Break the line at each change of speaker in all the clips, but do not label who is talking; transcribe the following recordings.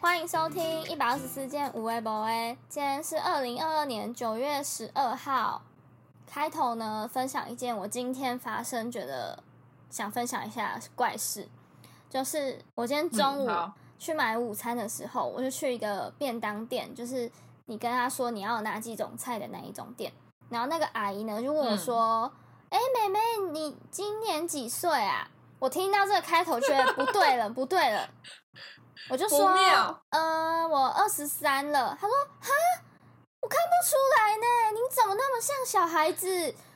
欢迎收听一百二十四件无微博 A，今天是二零二二年九月十二号。开头呢，分享一件我今天发生觉得想分享一下怪事，就是我今天中午
嗯好
去买午餐的时候，我就去一个便当店，就是你跟他说你要有哪几种菜的那一种店，然后那个阿姨呢就
嗯
问我说：“哎、妹妹，你今年几岁啊？”我听到这个开头，觉得不对了，不对了，我就说
不妙：“
呃，我二十三了。”她说：“哈，我看不出来呢，你怎么那么像小孩子？”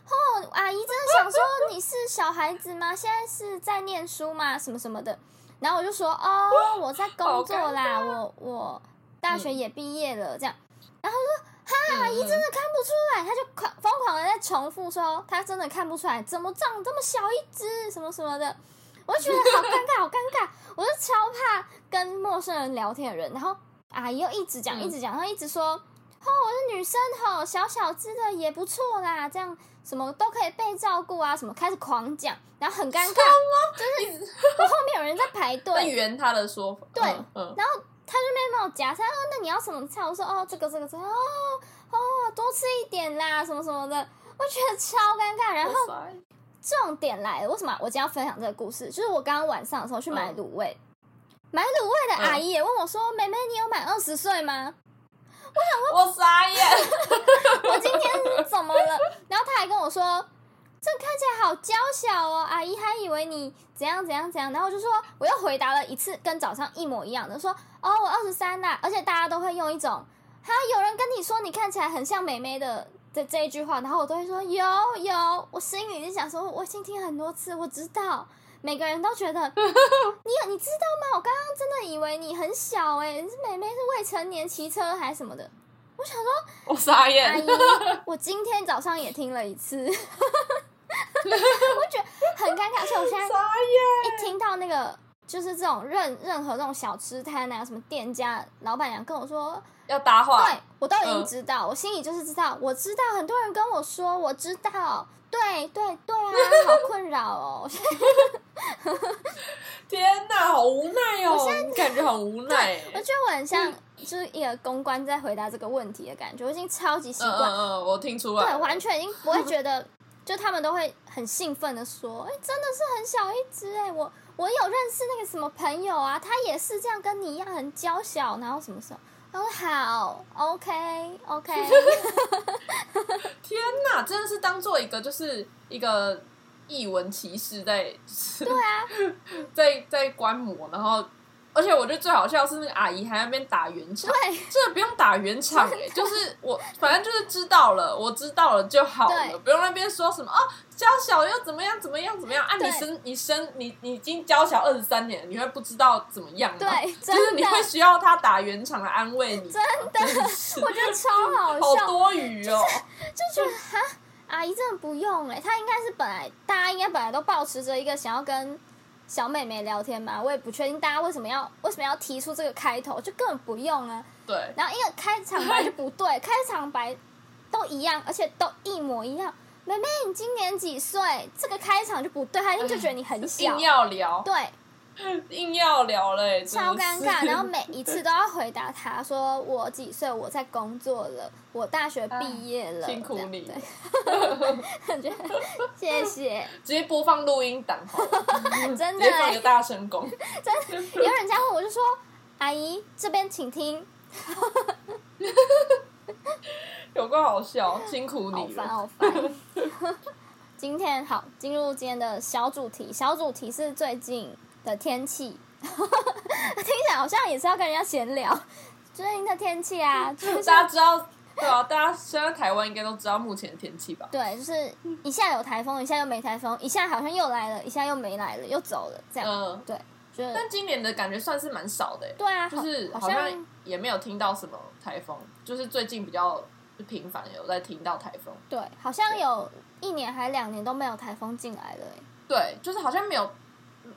哦，阿姨真的想说你是小孩子吗？现在是在念书吗？什么什么的。然后我就说哦，我在工作啦，我我
嗯
大学也毕业了，这样。然后他说哈，阿姨真的看不出来，他就狂疯狂的在重复说，他真的看不出来，怎么长这么小一只，什么什么的。我就觉得好尴尬，好尴尬，我就超怕跟陌生人聊天的人。然后阿姨又一直讲，
嗯
一直讲，然后一直说，哦，我是女生吼，小小只的也不错啦，这样什么都可以被照顾啊，什么开始狂讲，然后很尴尬，就是我后面有人在排
啊 那
队，
圆他的说法，
对
嗯嗯，
然后他就没帮我夹菜，他说那你要什么菜？我说哦这个这个这个，哦哦多吃一点啦，什么什么的，我觉得超尴尬。然后
哇塞
重点来了，为什么我今天要分享这个故事？就是我刚刚晚上的时候去买卤味，买卤味的阿姨也问我说：“妹妹，你有满二十岁吗？”
我傻眼，
我今天是怎么了？然后他还跟我说，这看起来好娇小哦，阿姨还以为你怎样怎样怎样。然后我就说，我又回答了一次跟早上一模一样的，说哦，我二十三啦。而且大家都会用一种，哈，有人跟你说你看起来很像美眉的。这这一句话，然后我都会说有有，我心里就想说，我已经听很多次，我知道，每个人都觉得你有你知道吗？我刚刚真的以为你很小哎、欸，你是妹妹是未成年骑车还是什么的？我想说
我傻
阿 姨
眼，，
我今天早上也听了一 次，我觉得很尴尬，而且我 现在
傻
一
眼，
听到那个就是这种任任何这种小吃摊啊，什么店家老板娘跟我说，
要搭话，
对我都已经
嗯
知道，我心里就是知道，我知道很多人跟我说，我知道，对对对啊，好困扰哦，
天哪，好无奈哦，你感觉很无奈
我
欸，
觉得我很像就是一个公关在回答这个问题的感觉，我已经超级习
嗯
惯
嗯，嗯，我听出来
对，
了，
完全已经不会觉得，就他们都会很兴奋的说，哎、真的是很小一只哎、我我有认识那个什么朋友啊，他也是这样跟你一样很娇小，然后什么什么，然后好，OK OK，
天哪，真的是当做一个就是一个译文歧视在，
对啊，
在在观摩，然后。而且我觉得最好笑是那个阿姨还在那边打圆场，
对
真的不用打圆场哎、就是我反正就是知道了，我知道了就好
对
了，不用那边说什么哦，娇小又怎么样怎么样怎么样啊？
对
你生你生你你已经娇小二十三年了，你会不知道怎么样吗？
对，
就
真
是你
的
会需要他打圆场来安慰你，
真 的，我觉得超好
好
笑，
多余哦，
就觉得哈，阿姨真的不用哎、欸，她应该是本来大家应该本来都保持着一个想要跟小妹妹聊天吧，我也不确定大家为什么要为什么要提出这个开头，就根本不用啊。
对，
然后因为开场白就不对，开场白都一样，而且都一模一样。妹妹，你今年几岁？这个开场就不对，他一定就觉得你很小
硬，要聊，
对，
硬要聊嘞、真
超
的
尴
哦是
尬。然后每一次都要回答他说我几岁，我在工作了，我大学毕业了，
啊辛苦
这样
你
对，感 觉谢 谢，
直接播放录音档 好
真
了，直
的
接放
欸、
一个大声公，
有人这样问我就说，阿姨这边请听，
有够好笑，辛苦
好
你
烦
了，
好烦。 今天好，进入今天的小主题，小主题是最近的天气， 听起来好像也是要跟人家闲聊。最近的天气啊，就是
大家知道。对啊，大家现在台湾应该都知道目前的天气吧？
对，就是一下有台风，一下又没台风，一下好像又来了，一下又没来了，又走了，这样。
嗯，
对，啊就是
但今年的感觉算是蛮少的欸，
对啊，
就
好
是
好
好像也没有听到什么台风，就是最近比较频繁有在听到台风。
对，好像
对
有一年还两年都没有台风进来了、欸。
对，就是好像没有，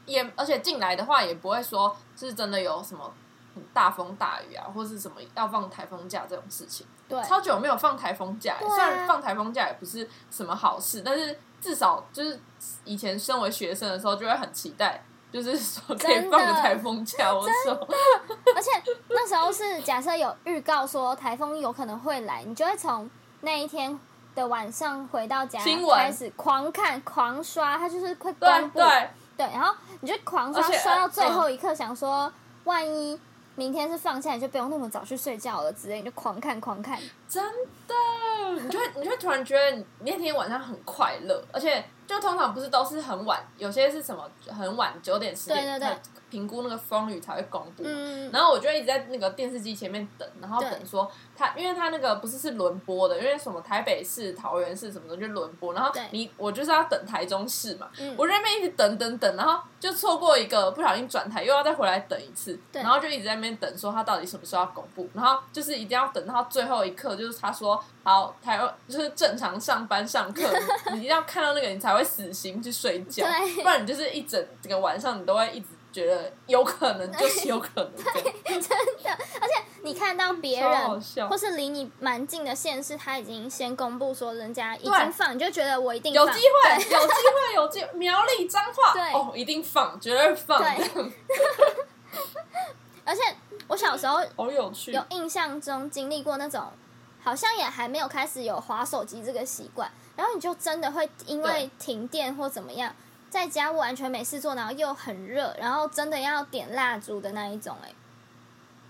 也而且进来的话也不会说是真的有什么很大风大雨啊，或是什么要放台风假这种事情。
对，
超久没有放台风假欸、
对啊
虽然放台风假也不是什么好事，但是至少就是以前身为学生的时候就会很期待就是说可
真的
以放个台风假，我说
而且那时候是假设有预告说台风有可能会来，你就会从那一天的晚上回到家
新闻
开始狂看狂刷，它就是会
对啊
公布
对，
对，然后你就狂刷
而且嗯
刷到最后一刻，想说万一明天是放假，你就不用那么早去睡觉了之类，你就狂看狂看。
真啊的，你就会你就会突然觉得你那天晚上很快乐，而且就通常不是都是很晚，有些是什么很晚九点十
对
点，
对对，
评估那个风雨才会公布。
嗯，
然后我就一直在那个电视机前面等，然后
对
等说他，因为他那个不是是轮播的，因为什么台北市、桃园市什么的就轮播，然后
对
你我就是要等台中市嘛，
嗯
我在那边一直等等等，然后就错过一个，不小心转台又要再回来等一次，
对
然后就一直在那边等，说他到底什么时候要公布，然后就是一定要等到最后一刻，就是他说好台湾就是正常上班上课，你你一定要看到那个你才会死心去睡觉，
对
不然你就是一整整个晚上你都会一直觉得有可能就是有可能这样，
你看到别
超好
人
笑
或。是离你蛮近的县市，他已经先公布说人家已
对
经放，你就觉得我一定
有
放
机会，有机会，有机会！苗栗彰化，
对
哦，一定放，绝对放，
对
这样
而且我小时候
好有趣。哦
有印象中经历过那种，好像也还没有开始有划手机这个习惯，然后你就真的会因为停电或怎么样，在家完全没事做，然后又很热，然后真的要点蜡烛的那一种、哎，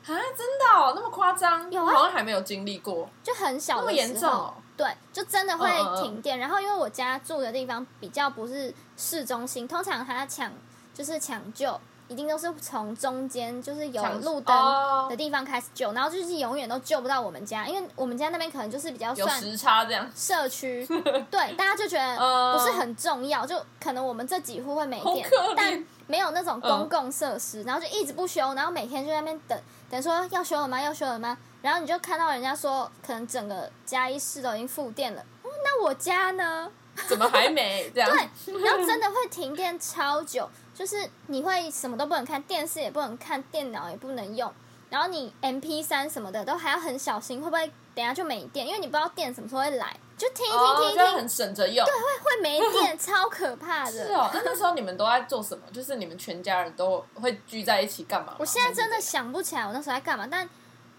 啊，真的、哦、那么夸张？
有啊
我好像还没有经历过，
就很小
那
的
么严
时
重、
候，
哦。
对，就真的
嗯嗯嗯
会停电。然后因为我家住的地方比较不是市中心，通常它抢就是抢救，一定都是从中间就是有
抢
路灯
哦
的地方开始救，然后就是永远都救不到我们家，因为我们家那边可能就是比较
有
算
时差这 样，
社区，对，大家就觉
嗯
得不是很重要，就可能我们这几户会没
好
电
可怜，
但没有那种公共设施，然后就一直不修，然后每天就在那边等等说要修了吗？要修了吗？然后你就看到人家说，可能整个嘉义市都已经复电了，嗯那我家呢？
怎么还没这样？
对，然后真的会停电超久，就是你会什么都不能看，电视也不能看，电脑也不能用，然后你 M P 三什么的都还要很小心，会不会等一下就没电？因为你不知道电什么时候会来，就听一听听
哦，
一
就
听，
很省着用。
会没 电，超可怕
是
的。
哦，那那时候你们都在做什么？就是你们全家人都会聚在一起干嘛吗？
我现在真的
还是
想不起来我那时候在干嘛，但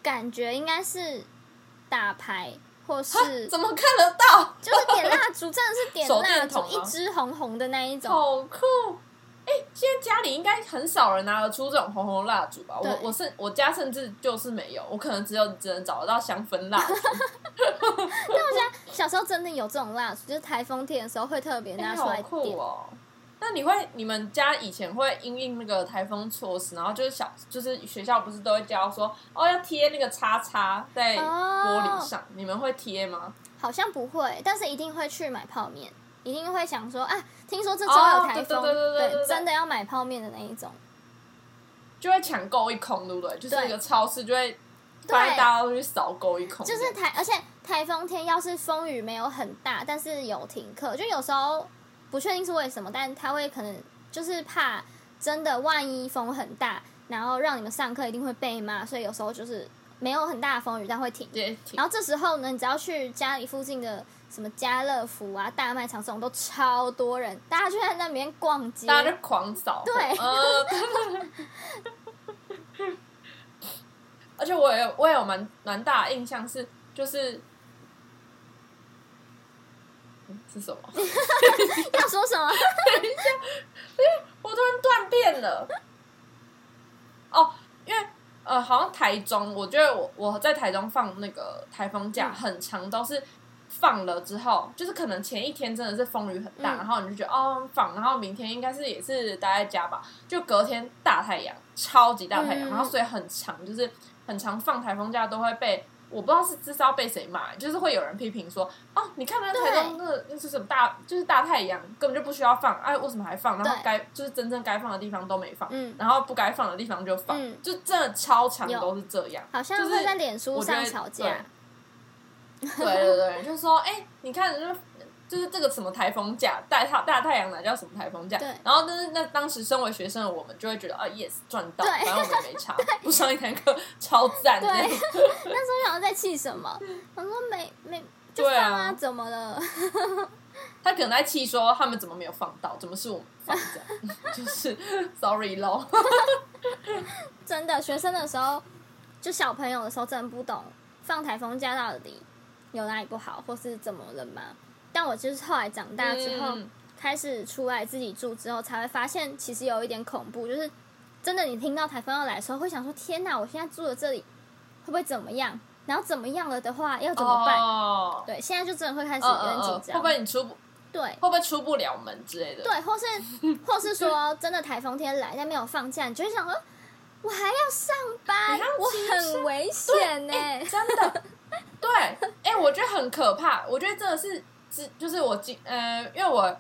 感觉应该是打牌，或是
啊怎么看得到？
就是点蜡烛，真的是点
手
蜡
电筒
烛，
吗
一支红红的那一种。
好酷！哎、现在家里应该很少人拿得出这种红红蜡烛吧？
对
我我甚我家甚至就是没有，我可能只有只能找得到香氛蜡烛。
小时候真的有这种蜡烛，就是台风天的时候会特别
哎
拿出
好
来
酷
点。
哦！那你会，你们家以前会因应那个台风措施，然后就是小，就是学校不是都会教说，哦，要贴那个叉叉在玻璃上，
哦
你们会贴吗？
好像不会，但是一定会去买泡面，一定会想说啊，听说这周
哦
有台风，
对对对对对对
真的要买泡面的那一种。
就会抢购一空，对不对？就是
对
那个超市就会，
对
大家都去扫购一空，
就是台，而且台风天要是风雨没有很大，但是有停课，就有时候不确定是为什么，但他会可能就是怕真的万一风很大，然后让你们上课一定会被骂，所以有时候就是没有很大的风雨，但会停。
也挺
然后这时候呢，你只要去家里附近的什么家乐福啊、大卖场这种，都超多人，大家就在那边逛街。
大家就狂扫。
对
呃， 而且我也有我也有蛮蛮大的印象是，就是、嗯、是什么？
要说什么？
我突然断片了。哦，因为呃，好像台中，我觉得我我在台中放那个台风假，
嗯
很长都是放了之后，就是可能前一天真的是风雨很大，
嗯
然后你就觉得哦放，然后明天应该是也是待在家吧，就隔天大太阳，超级大太阳，
嗯
然后所以很长，就是很长放台风假都会被。我不知道是至少被谁骂，就是会有人批评说，哦，你看那个台东那个那是什么大，就是大太阳，根本就不需要放，哎，为什么还放？然后
对
该就是真正该放的地方都没放，
嗯，
然后不该放的地方就放，
嗯
就真的超长
有
都是这样。
好像
就是
会在脸书
我觉得
上吵架。
对对对，就是说，哎、你看，就是就是这个什么台风假，大太大太阳哪叫什么台风假
对？
然后，但是那当时身为学生的我们就会觉得，啊，yes 赚到，
对
反正我们没 差，不上一堂课超赞的。
对那时候想要在气什么？我说没没就
对啊
放啊，怎么了？
他可能在气说他们怎么没有放到，怎么是我们放这样， 就是 sorry 咯。
真的，学生的时候，就小朋友的时候，真的不懂放台风假到底有哪里不好，或是怎么了嘛。但我就是后来长大之后，
嗯
开始出来自己住之后，才会发现其实有一点恐怖，就是真的你听到台风要来的时候，会想说：天哪，我现在住的这里会不会怎么样？然后怎么样了的话，要怎么办？
哦，
对，现在就真的会开
嗯
始有点
嗯
紧
嗯，会
张。
不会你出不会
对
不会出不了门之类的？
对，或是 或是说真的台风天来，但没有放假，你就会想说，我还要上班
你还，要
我
骑车哎
很危险呢、
真的，对，哎、我觉得很可怕。我觉得真的是，是就是我今呃，因为我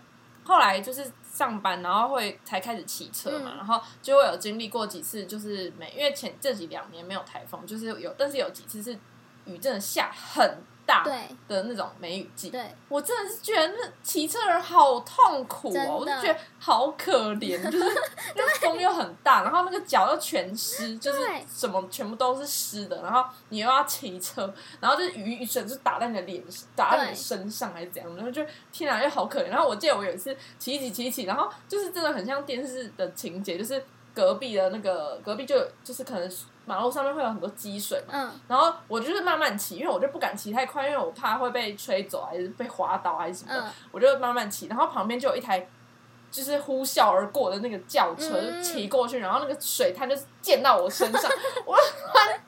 后来就是上班，然后会才开始骑车嘛，
嗯
然后就会有经历过几次，就是每因为前这几两年没有台风，就是有，但是有几次是雨真的下很大
对
的那种梅雨季，
对，
我真的是觉得那骑车人好痛苦
真的
哦，我就觉得好可 怜，就是那风又很大，然后那个脚又全湿，就是
对
什么全部都是湿的，然后你又要骑车，然后就是雨雨水就打在你的脸，打在你的
对
身上还是怎样，然后就天啊，又好可怜。然后我记得我有一次骑一骑骑一骑，然后就是真的很像电视的情节，就是隔壁的那个隔壁就有就是可能马路上面会有很多积水嘛，
嗯，
然后我就是慢慢骑，因为我就不敢骑太快，因为我怕会被吹走，还是被滑倒，还是什么的。
嗯
我就慢慢骑，然后旁边就有一台就是呼啸而过的那个轿车、
嗯
就骑过去，然后那个水它就是溅到我身上，我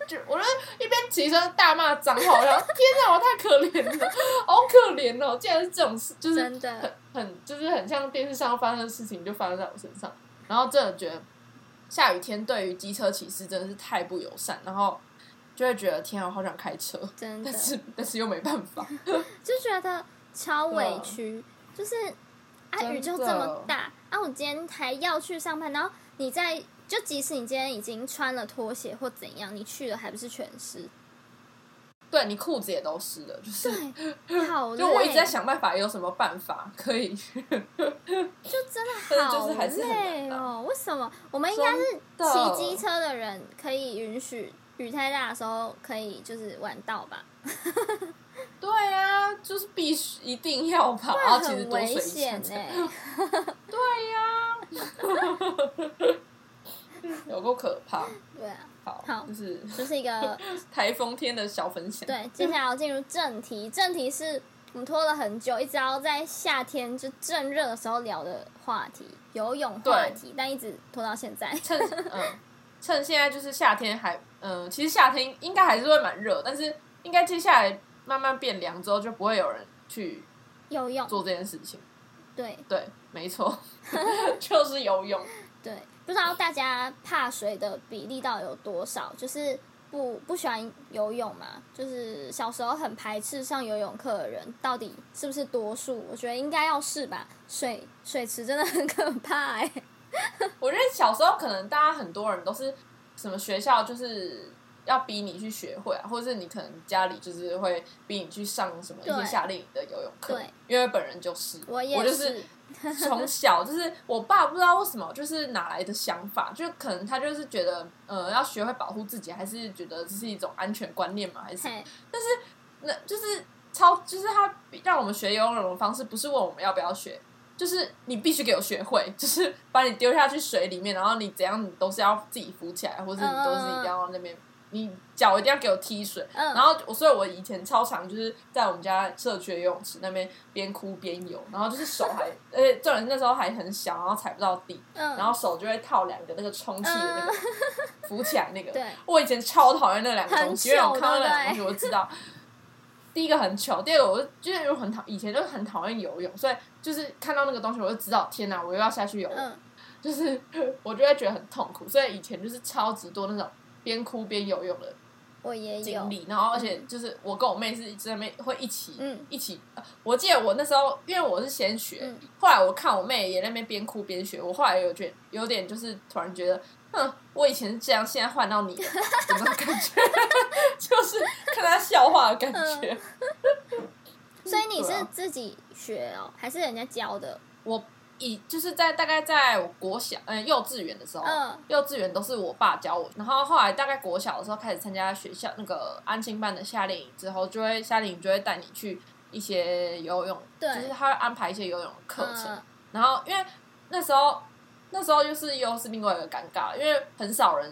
就我就一边骑车大骂脏话，然后天哪，我太可怜了，好可怜哦！竟然是这种事，就是
真的
很很就是很像电视上发生的事情就发生在我身上，然后真的觉得下雨天对于机车骑士真的是太不友善，然后就会觉得天啊，我好想开车，
真的
但是但是又没办法，
就觉得超
对
委屈，就是啊
嗯真
雨就这
的
么大啊，我今天还要去上班，然后你在就即使你今天已经穿了拖鞋或怎样，你去了还不是全湿？
对啊你裤子也都湿了，就是。
对，好累，
就我一直在想办法，有什么办法可以？
就真
但
的
是就
好
是还是很
累哦
难啊
哦。为什么我们应该是
真的
骑机车的人可以允许雨太大的时候可以就是晚到吧？
对啊，就是必须一定要吧。然
然
后哦其实
啊很
多
危
水
险欸呢、
呢，对呀、 有够可怕。
对啊，
好，
好
就是
就是一个
台风天的小分享。
对，接下来要进入正题，正题是我们拖了很久，一直要在夏天就正热的时候聊的话题，游泳话
对
题，但一直拖到现在。
趁嗯，趁现在就是夏天还嗯，其实夏天应该还是会蛮热，但是应该接下来慢慢变凉之后，就不会有人去
游泳，
做这件事情。
对
对，没错， 就是游泳。
对，不知道大家怕水的比例到底有多少？就是不不喜欢游泳嘛，就是小时候很排斥上游泳课的人，到底是不是多数？我觉得应该要是吧。水水池真的很可怕哎、
我觉得小时候可能大家很多人都是什么学校就是要逼你去学会啊，或者是你可能家里就是会逼你去上什么一
对
些夏令营的游泳课
对，
因为本 人就是
我也
我就是从小就是我爸不知道为什么，就是哪来的想法，就可能他就是觉得呃要学会保护自己，还是觉得这是一种安全观念嘛，还是什么
嘿，
那就是超就是他让我们学游泳的方式，不是问我们要不要学，就是你必须给我学会，就是把你丢下去水里面，然后你怎样你都是要自己浮起来，或者你都是一定要那边。你脚一定要给我踢水，
嗯
然后我所以，我以前超常就是在我们家社区的游泳池那边边哭边游，然后就是手 还，而且重点是那时候还很小，然后踩不到地，
嗯，
然后手就会套两个那个充气的那个、浮起来那 个。
对
我以前超讨厌那两个东西，因为我
很糗
看到那两个东西
对
我就知道，第一个很糗，第二个我就就是很讨，以前就很讨厌游泳，所以就是看到那个东西我就知道，天哪，我又要下去游泳，
嗯，
就是我就会觉得很痛苦，所以以前就是超级多那种边哭边游泳的
我也
经
有，
历，然后而且就是我跟我妹是在那边会一起，
嗯
一起。呃我记得我那时候，因为我是先学，
嗯
后来我看我妹也在那边边哭边学，我后来有觉有点就是突然觉得，哼，我以前是这样，现在换到你了，有那种感觉， 就是看她笑话的感
嗯
觉。
所以你
对
是
啊
自己学哦，还是人家教的？
我以就是在大概在我国小嗯、幼稚园的时候，
嗯
幼稚园都是我爸教我，然后后来大概国小的时候开始参加学校那个安亲班的夏令营之后，就会夏令营就会带你去一些游泳，
对
就是他会安排一些游泳课程。
嗯
然后因为那时候那时候就是又是另外一个尴尬，因为很少人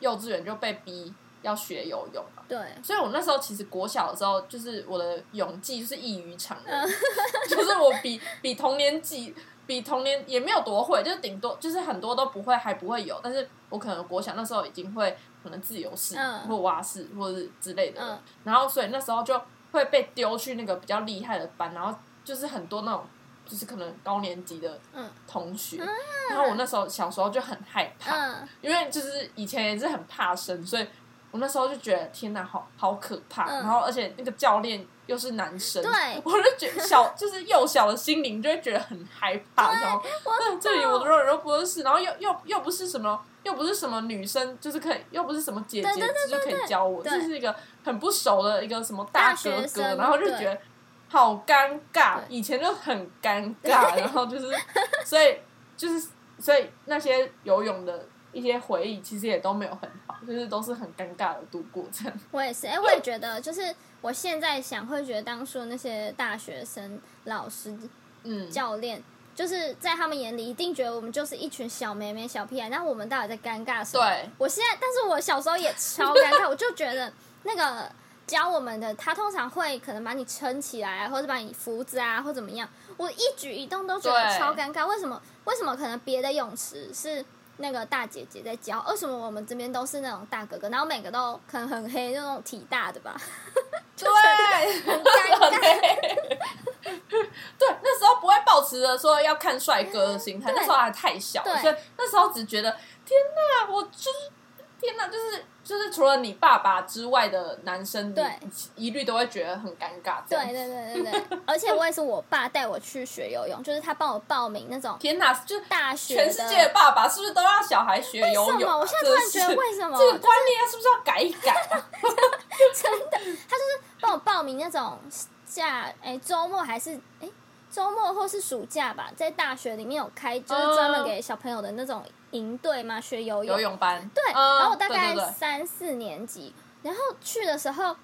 幼稚园就被逼要学游泳嘛。
对，
所以我那时候其实国小的时候，就是我的泳技就是异于常
嗯
人， 就是我比比同年级。比同年也没有多会，就是顶多就是很多都不会，还不会游。但是我可能国小那时候已经会可能自由式、
嗯
或蛙式或者是之类的了，
嗯
然后所以那时候就会被丢去那个比较厉害的班，然后就是很多那种就是可能高年级的
嗯
同学，然后我那时候小时候就很害怕，
嗯
因为就是以前也是很怕生，所以我那时候就觉得天哪，好好可怕。
嗯
然后而且那个教练又是男生，
对
我就觉得小 就是幼小的心灵就会觉得很害怕，然后那这里我的肉都不认识，然后又又又不是什么。又不是什么女生，就是可以，又不是什么姐姐，
对对对
就可以教我，
对
这是一个很不熟的一个什么
大
大哥
学
哥，
生
然后就
对
觉得好尴尬
对，
以前就很尴 尬，然后就是，所以就是，所以那些游泳的一些回忆，其实也都没有很好，就是都是很尴尬的度过这样。
我也是，哎、我也觉得，就是我现在想，会觉得当初那些大学生、老师、
嗯，
教练，就是在他们眼里，一定觉得我们就是一群小妹妹、小屁孩。那我们到底在尴尬什么？
对，
我现在，但是我小时候也超尴尬，我就觉得那个教我们的，他通常会可能把你撑起来啊，或者把你扶着啊，或怎么样。我一举一动都觉得
对
超尴尬。为什么？为什么可能别的泳池是那个大姐姐在教，为什么我们这边都是那种大哥哥，然后每个都可能很黑，那种体大的 吧？
对，
尴尬
对，对，那时候不会抱持着说要看帅哥的心态，
嗯对
那时候还太小了，
对
所以那时候只觉得天哪，我就是天哪，就是就是除了你爸爸之外的男生，
对
你一律都会觉得很尴尬。这
对
样
对对对对，而且我也是我爸带我去学游泳，就是他帮我报名那种
天哪，就是
大学
全世界的
的。
爸爸是不是都让小孩学游泳啊？
为什么？我现在突然觉
真
得
是
为什么？
这个观念是不是要改一改 啊？
帮我报名那种假，哎，周末还是哎周末或是暑假吧，在大学里面有开，就是专门给小朋友的那种营队嘛，学游泳。
嗯游泳班，
对，
嗯
然后我大概
对对对
三四年级，然后去的时候，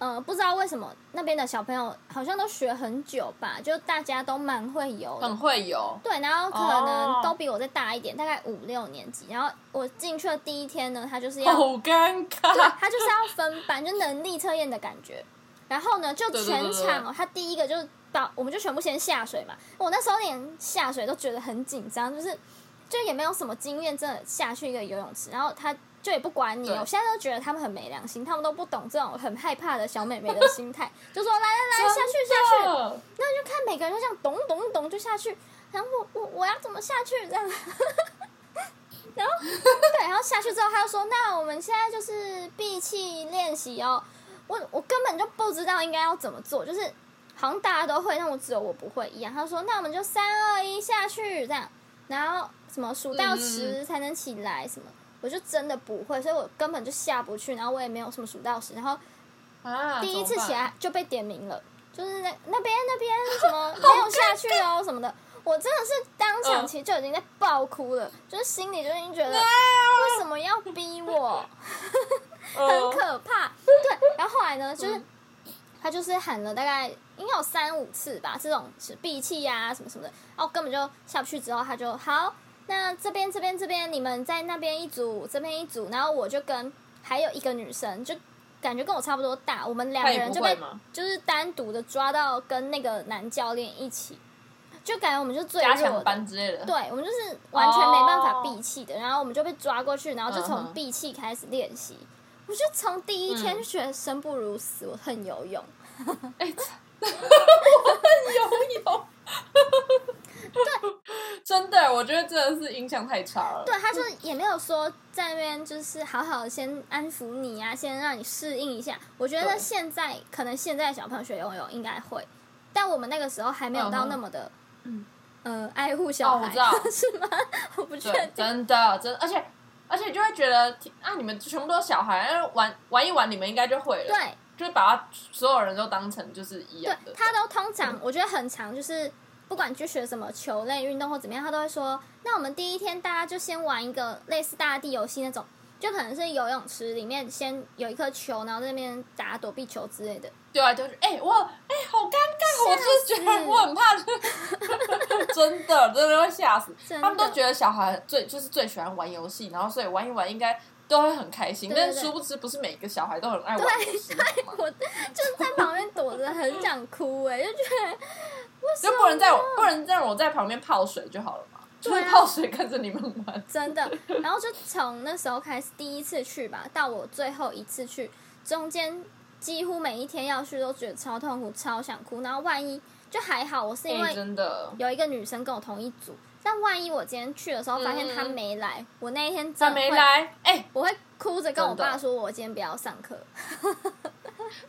呃，不知道为什么那边的小朋友好像都学很久吧，就大家都蛮会游的
很。会游，
对，然后可
哦
能都比我再大一点，大概五六年级。然后我进去的第一天呢，他就是要
好尴
对
尬，，
他啊就是要分班，就能力测验的感觉。然后呢，就
对对
全
对对
场哦，他第一个就把我们就全部先下水嘛。我那时候连下水都觉得很紧张，就是就也没有什么经验，真的下去一个游泳池，然后他就也不管你。哦
对
我现在都觉得他们很没良心，他们都不懂这种很害怕的小妹妹的心态，就说来来来下去下去，
去。
那就看每个人就这样咚咚咚就下去，然后我我我要怎么下去这样， 然后对，然后下去之后他就说，那我们现在就是闭气练习哦，我我根本就不知道应该要怎么做，就是好像大家都会，但我只有我不会一样。他说，那我们就三二一下去这样，然后什么数到
嗯嗯嗯
十才能起来什么。我就真的不会，所以我根本就下不去，然后我也没有什么数到十，然后
啊，
第一次
怎么办
起来就被点名了，就是那那边那边什 么没有下去哦什么的，我真的是当场
嗯
其实就已经在爆哭了，就是心里就已经觉得
啊
为什么要逼我，很
嗯
可怕。对，然后后来呢，就是他就是喊了大概应该有三五次吧，这种是闭气呀、什么什么的，然后根本就下不去，之后他就好，那这边这边这边你们在那边一组，这边一组，然后我就跟还有一个女生就。感觉跟我差不多大，我们两个
他也
人
不
就
会
被
吗
就是单独的抓到跟那个男教练一起，就感觉我们就最
加
弱
强
的，
班之类的。
对我们就是完全没办法
哦
闭气的，然后我们就被抓过去，然后就
嗯
从
哼
闭气开始练习。我就从第一天
嗯
就觉得生不如死，我恨游泳。
哎，游泳，对，真的，我觉得真的是影响太差了。
对，他就也没有说在那边就是好好地先安抚你啊，先让你适应一下。我觉得
对
现在可能现在小朋友学游泳应该会，但我们那个时候还没有到
嗯哼
那么的，
嗯
呃，爱护小
哦我
孩、
知道
是吗？我不确
对，
定。
真的，真的，而且而且就会觉得，啊，你们全部都是小孩，哎玩玩一玩，你们应该就会了。
对，
就是把他所有人都当成就是一
对
样的。
他都通常，我觉得很长，就是不管去学什么球类运动或怎么样，他都会说，那我们第一天大家就先玩一个类似大地游戏那种，就可能是游泳池里面先有一颗球，然后在那边打躲避球之类的。
对丢来丢去，哎、我哎、好尴尬，我就是觉
吓
得
死
我 很怕，真的真的会吓死。
真的
他们都觉得小孩最就是最喜欢玩游戏，然后所以玩一玩应该都会很开心，
对对
但是
对
殊不知不是每个小孩都很爱玩游戏嘛，
我就是在旁边躲着，很想哭哎、就觉得
就不能在我不能让我在旁边泡水就好了嘛，就
啊对啊
是泡水看着你们玩。
真的。然后就从那时候开始，第一次去吧，到我最后一次去，中间几乎每一天要去都觉得超痛苦，超想哭。然后万一就还好，我是因
哎、
为
真的，
有一个女生跟我同一组，但万一我今天去的时候发现她
嗯
没来，我那一天真
他
的
没
会，
来，哎、
我会哭着跟我
真的
爸说，我今天不要上课。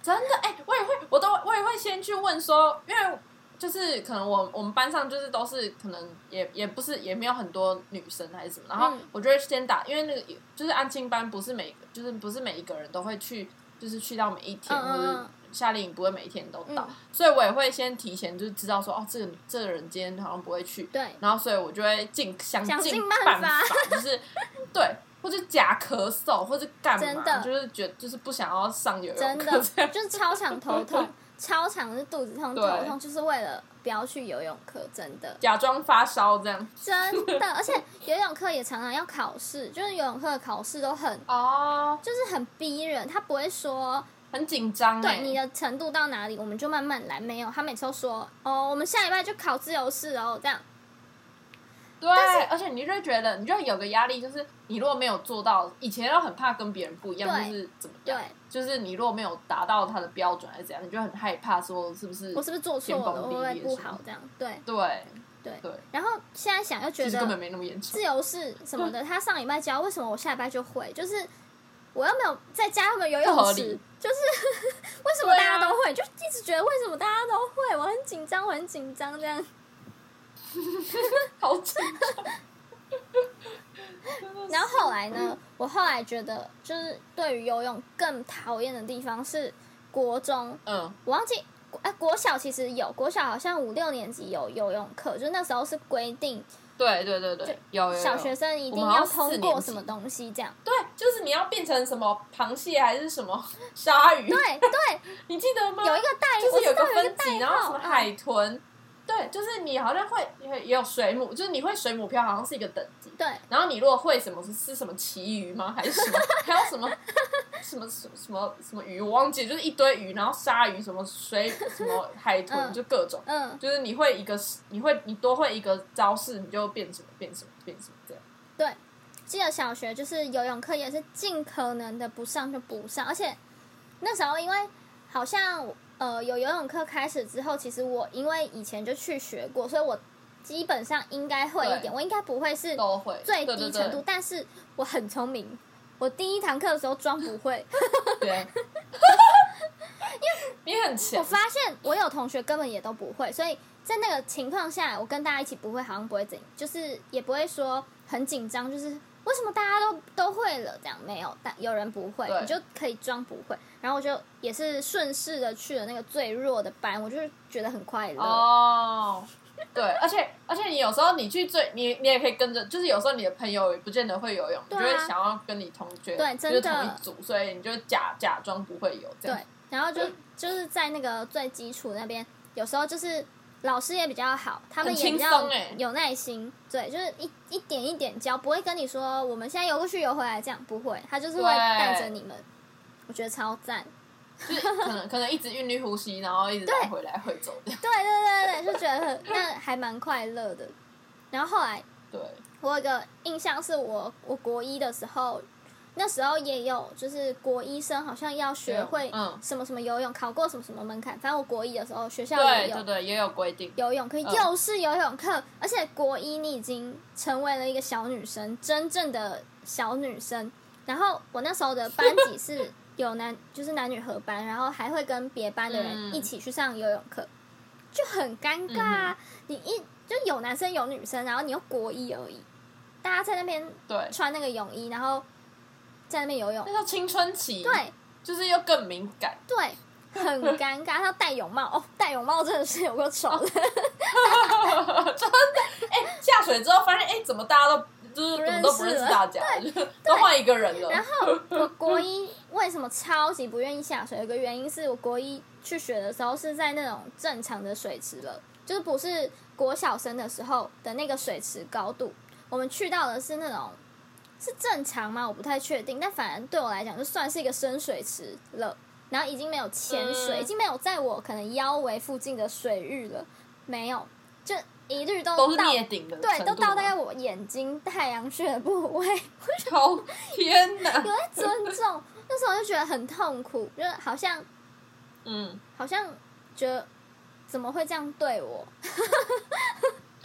真的，哎、我也会，我都我也会先去问说，因为就是可能我我们班上就是都是可能也也不是也没有很多女生还是什么，然后
嗯
我就会先打，因为那个就是安亲班不是每个就是不是每一个人都会去，就是去到每一天，
嗯嗯
或
嗯
者夏令营不会每一天都到，
嗯
所以我也会先提前就知道说，哦，这个这个人今天好像不会去，
对，
然后所以我就会尽想
想
尽
尽
办
办法
就是对。或者假咳嗽，或者干嘛，
真的
就是觉就是不想要上游泳
真
课
的
这样。
就是超常头痛， 超常是肚子痛、
对
头痛，就是为了不要去游泳课，真的。
假装发烧这样。
真 的，而且游泳课也常常要考试，就是游泳课的考试都很，
哦，
就是很逼人。他不会说
很紧张哎。
对你的程度到哪里，我们就慢慢来。没有，他每次都说哦，我们下礼拜就考自由式哦，这样。
对，而且你就会觉得，你就会有个压力，就是你如果没有做到，以前又很怕跟别人不一样，
对
就是怎么
对
样，，就是你如果没有达到他的标准还是怎样，你就很害怕说是不是
我是不是做错
天
了？
崩
我
地
会不会
裂
不
什么
好？这样对
对
对。
对，
然后现在想又觉
其实根
得
本没那嗯么严重
自。由式什么的，他上礼拜教，为什么我下礼拜就会？就是我又没有在家又没有游
不
泳
合
池
理，
就是 为什么大
对
家
啊
都会？就一直觉得为什么大家都会？我很紧张，我很紧张这样。
好紧张。
然后后来呢，我后来觉得，就是对于游泳更讨厌的地方是国中，
嗯，
我忘记，哎、国小其实有，国小好像五六年级有游泳课，就那时候是规定
对对对
就
对，有有有
小学生一定
我们好
要
像四
通
年
过
级
什么东西这样。
对，就是你要变成什么螃蟹还是什么鲨 鱼，
对对，
你记得吗？
有一个代，
就
我
是有
知
个
道有一个
分
代
级，然后什
号
么
嗯
海豚，对，就是你好像会也有水母，就是你会水母漂，好像是一个等级。
对，
然后你如果会什么是是什么旗鱼吗？还是什么？还有 什么什么什么什么什么鱼？我忘记了，就是一堆鱼，然后鲨鱼、什么水、什么海豚，
嗯
就各种。
嗯，
就是你会一个，你会你多会一个招式，你就变什么变什么变什么这样。
对，记得小学就是游泳课也是尽可能的不上就不上，而且那时候因为好像呃有游泳课开始之后，其实我因为以前就去学过，所以我基本上应该会一点，
对
我应该不会是
都会
最
对
低程度，
对
但是我很聪明。我第一堂课的时候装不会，
对，对 因为你很
我
强，
发现我有同学根本也都不会，所以在那个情况下，我跟大家一起不会，好像不会怎，就是也不会说很紧张，就是为什么大家都都会了这样，没有，但有人不会，
对
你就可以装不会。然后我就也是顺势的去了那个最弱的班，我就觉得很快乐。
哦，对，而且而且你有时候你去追你你也可以跟着，就是有时候你的朋友也不见得会游泳，你
对
就
啊
会想要跟你同学
对
就
真
是
的
同一组，所以你就假假装不会游这
对
样。，
然后就就是在那个最基础那边，有时候就是老师也比较好，他们
很
也比
轻
较
松欸
有耐心，对，就是一一点一点教，不会跟你说我们现在游过去游回来这样，不会，他就是会
对
带着你们，我觉得超赞，
就是可能可能一直韵律呼吸，然后一直
对
来回来回走这样。
对对对对，就觉得很那还蛮快乐的。然后后来
对，
我有一个印象是我我国一的时候。那时候也有，就是国医生好像要学会
嗯
什么什么游泳，考过什么什么门槛。反正我国一的时候，学校也
对
有
对对，也有规定。
游泳课，
嗯
又是游泳课，而且国一你已经成为了一个小女生，真正的小女生。然后我那时候的班级是有男， 就是男女合班，然后还会跟别班的人
嗯
一起去上游泳课，就很尴尬、啊。你一就有男生有女生，然后你又国一而已，大家在那边
对，
穿那个泳衣，然后在那边游泳
那，叫青春期，
对，
就是又更敏感。
对。很尴尬，他戴泳帽哦，戴泳帽真的是有个丑的，
真的，哎、下水之后发现，哎、怎么大家都就是
不
怎么
认
都不
识
认识
了
大家，就是都换一个人了。
然后我国一为什么超级不愿意下水？有一个原因是我国一去学的时候是在那种正常的水池了，就是不是国小生的时候的那个水池高度。我们去到的是那种是正常吗？我不太确定，但反正对我来讲就算是一个深水池了。然后已经没有潜水，
嗯
已经没有在我可能腰围附近的水域了，没有，就一律都
都是
到
灭顶的程
对，
度
都到大 概
吗
我眼睛太阳穴的部位。
好天哪！
有在尊重。 那时候就觉得很痛苦，就是好像
嗯，
好像觉得怎么会这样对我？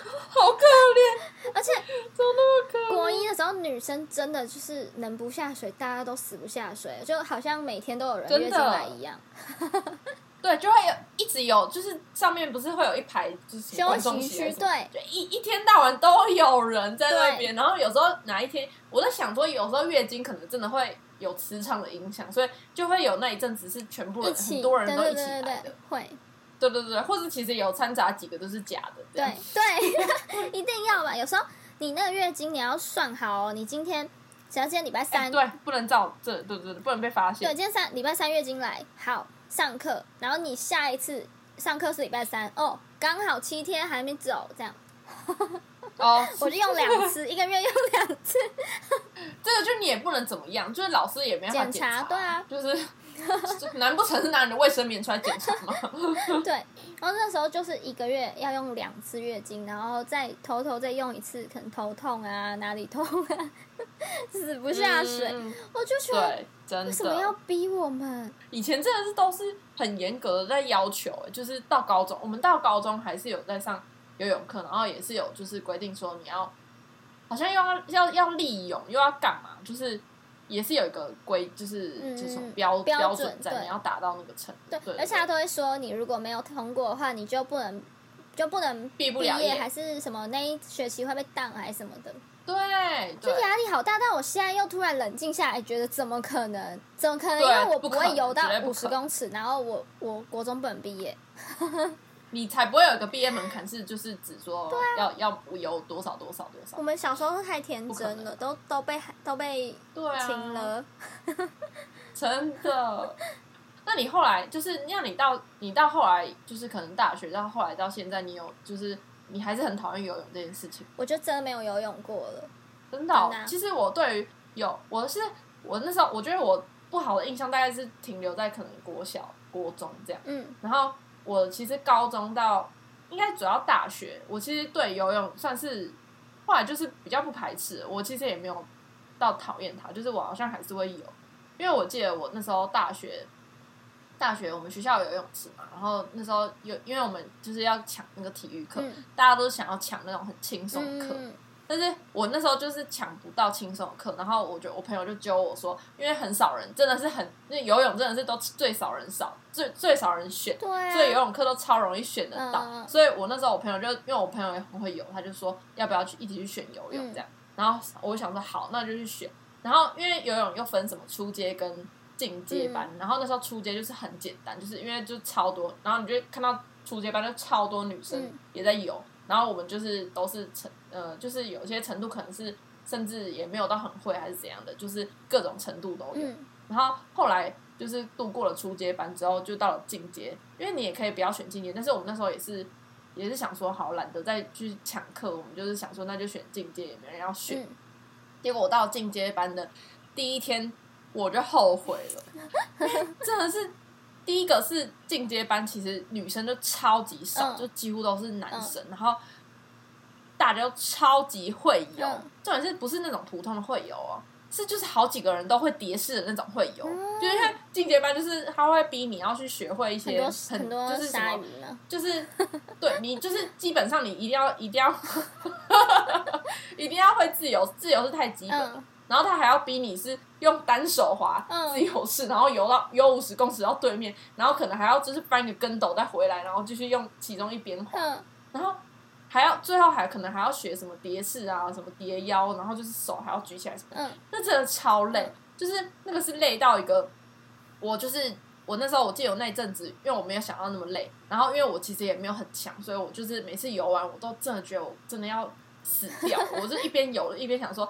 好可怜，
而且
怎么那么可怜？
国一的时候，女生真的就是能不下水，大家都死不下水，就好像每天都有人
真的
约进来一样。
对，就会有一直有，就是上面不是会有一排就是
休
观众
息
席还
区
是什么，
对，
就一一天到晚都有人在那边。然后有时候哪一天，我在想说，有时候月经可能真的会有磁场的影响，所以就会有那一阵子是全部
一
人
起，
很多人都
对
一起
对对
来
对
的
对，，会，
对对对，或者其实有掺杂几个都是假的，这样哎
对对， 一定要吧。有时候你那个月经你要算好哦，你今天只要今天礼拜
哎
三，
对，不能照这，对对对，不能被发
对，
现。
今天三礼拜三月经来，好上课，然后你下一次上课是礼拜三，哦，刚好七天还没走，这样
哦，
我就用 两次，一个月用两次，
这个啊就你也不能怎么样，就是老师也没办法
检
检
查对啊
就是就难不成是 拿你的卫生棉出来检查吗？
对，然后那时候就是一个月要用两次月经，然后再偷偷再用一次，可能头痛啊，哪里痛啊， 死 不下水，
嗯
我就觉得
对，真
为什么要
的。
逼我们？
以前真的是都是很严格的在要求、欸就是到高中，我们到高中还是有在上游泳课，然后也是有就是规定说你要好像又要要要立泳，又要干嘛，就是也是有一个规，就是、
嗯
就是什么标
标准
准在，
对
你要达到那个程度
对，，而且他都会说，你如果没有通过的话，你就不能就不能
毕不
毕
了
业，
业，
还是什么那一学期会被当还是什么的，
对，
就
对
压力好大。但我现在又突然冷静下来，觉得怎么可能？怎么可能？因
对
为我
不可
会
能
游到
绝对不
五十
可能
公尺，然后我我国中不能毕业。
你才不会有一个毕业门槛是就是指说要、要有多少多少多
我
少，
们小时候太天
不可
真
能
了，都都被都被
对啊，
停了。
真的。那你后来就是，让你到你到后来就是可能大学到后来到现在，你有就是你还是很讨厌游泳这件事情，
我就真的没有游泳过了。
真的哦、
真的啊
其实我对于有我是我那时候我觉得我不好的印象大概是停留在可能国小、国中这样。
嗯，
然后我其实高中到应该主要大学，我其实对游泳算是后来就是比较不排斥，我其实也没有到讨厌它，就是我好像还是会游，因为我记得我那时候大学。大学我们学校有游泳池嘛，然后那时候有，因为我们就是要抢那个体育课，
嗯
大家都想要抢那种很轻松的课，
嗯，
但是我那时候就是抢不到轻松的课，然后我就我朋友就揪我说，因为很少人，真的是很，那游泳真的是都最少人少，最最少人选，
对啊。
所以游泳课都超容易选得到。
嗯
所以我那时候我朋友就因为我朋友也很会游，他就说要不要去一起去选游
嗯
泳这样。然后我就想说好，那就去选。然后因为游泳又分什么初阶跟进阶班，
嗯
然后那时候初阶就是很简单，就是因为就超多，然后你就看到初阶班就超多女生
嗯
也在游，然后我们就是都是程呃，就是有些程度可能是甚至也没有到很会还是怎样的，就是各种程度都有。
嗯，
然后后来就是度过了初阶班之后，就到了进阶，因为你也可以不要选进阶，但是我们那时候也是也是想说，好懒得再去抢课，我们就是想说那就选进阶，也没人要选。
嗯
结果我到进阶班的第一天，我就后悔了， 真的是。第一个是进阶班，其实女生就超级少，
嗯
就几乎都是男生，然后大家都超级会游，
嗯
重点是不是那种普通的会游哦，是就是好几个人都会蝶式的那种会游，就是他进阶班就是他会逼你要去学会一
嗯很
些
多
很
很多
就是什
鲨
么
鱼呢。
就是对你就是基本上你一定要一定要 一定要会自由，自由是太基本了。
嗯
然后他还要逼你是用单手滑
嗯
自由式，然后游到游五十公尺到对面，然后可能还要就是翻一个跟斗再回来，然后继续用其中一边滑，
嗯，
然后还要最后还可能还要学什么蝶式啊，什么蝶腰，然后就是手还要举起来什么的
嗯，
那真的超累
嗯，
就是那个是累到一个，我就是我那时候我记得有那一阵子，因为我没有想到那么累，然后因为我其实也没有很强，所以我就是每次游完我都真的觉得我真的要死掉。我就一边游一边想说，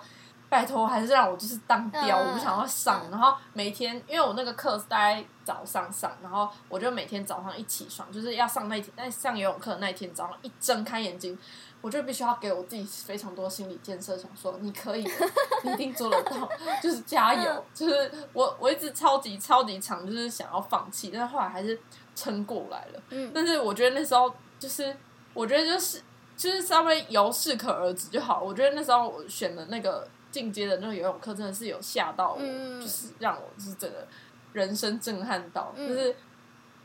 拜托，还是让我就是当掉，
嗯
我不想要上。然后每天，因为我那个课是大概早上上，然后我就每天早上一起床，就是要上那一天，那上游泳课的那一天早上一睁开眼睛，我就必须要给我自己非常多心理建设，想说你可以的，你一定做得到， 就是加油
嗯。
就是我我一直超级超级长，就是想要放弃，但是后来还是撑过来了。
嗯，
但是我觉得那时候就是，我觉得就是就是稍微由适可而止就好。我觉得那时候我选的那个进阶的那个游泳课，真的是有吓到我，
嗯
就是让我就是整个人生震撼到，
嗯
就是，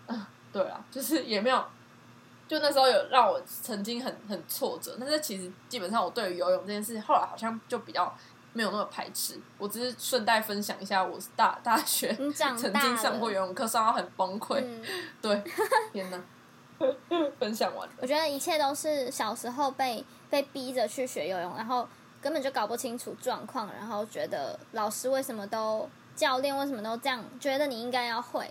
嗯、对啊，就是也没有。就那时候有让我曾经很很挫折，但是其实基本上我对于游泳这件事，后来好像就比较没有那么排斥。我只是顺带分享一下，我是大大学
你嗯长
曾
大
经
了
上过游泳课，上到很崩溃。
嗯，
对， 天哪！分享完了，
我觉得一切都是小时候被被逼着去学游泳，然后根本就搞不清楚状况，然后觉得老师为什么都教练为什么都这样，觉得你应该要会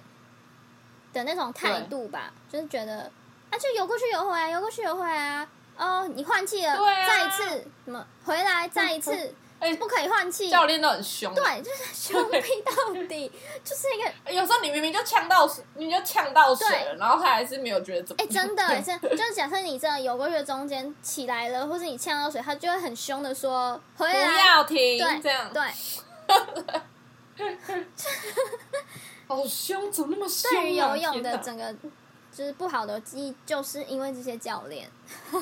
的那种态度吧，就是觉得啊，就游过去游回来，游过去游回来啊。哦，你换气了，
对啊
再一次，什么回来再一次，
哎、
不可以换气。
教练都很凶。哎
对，就是凶逼到底，就是一个
有时候你明明就呛到水，你就呛到水了，
对
然后他还是没有觉得怎么
哎、
样。
真 的、哎，真的就是假设你真的游过去的中间起来了，或是你呛到水，他就会很凶的说回
不
来，
要停，
对，
这样
对，
好凶，怎么那么凶、啊？
对于游泳
天
的
哪
整个就是不好的记忆，就是因为这些教练，
不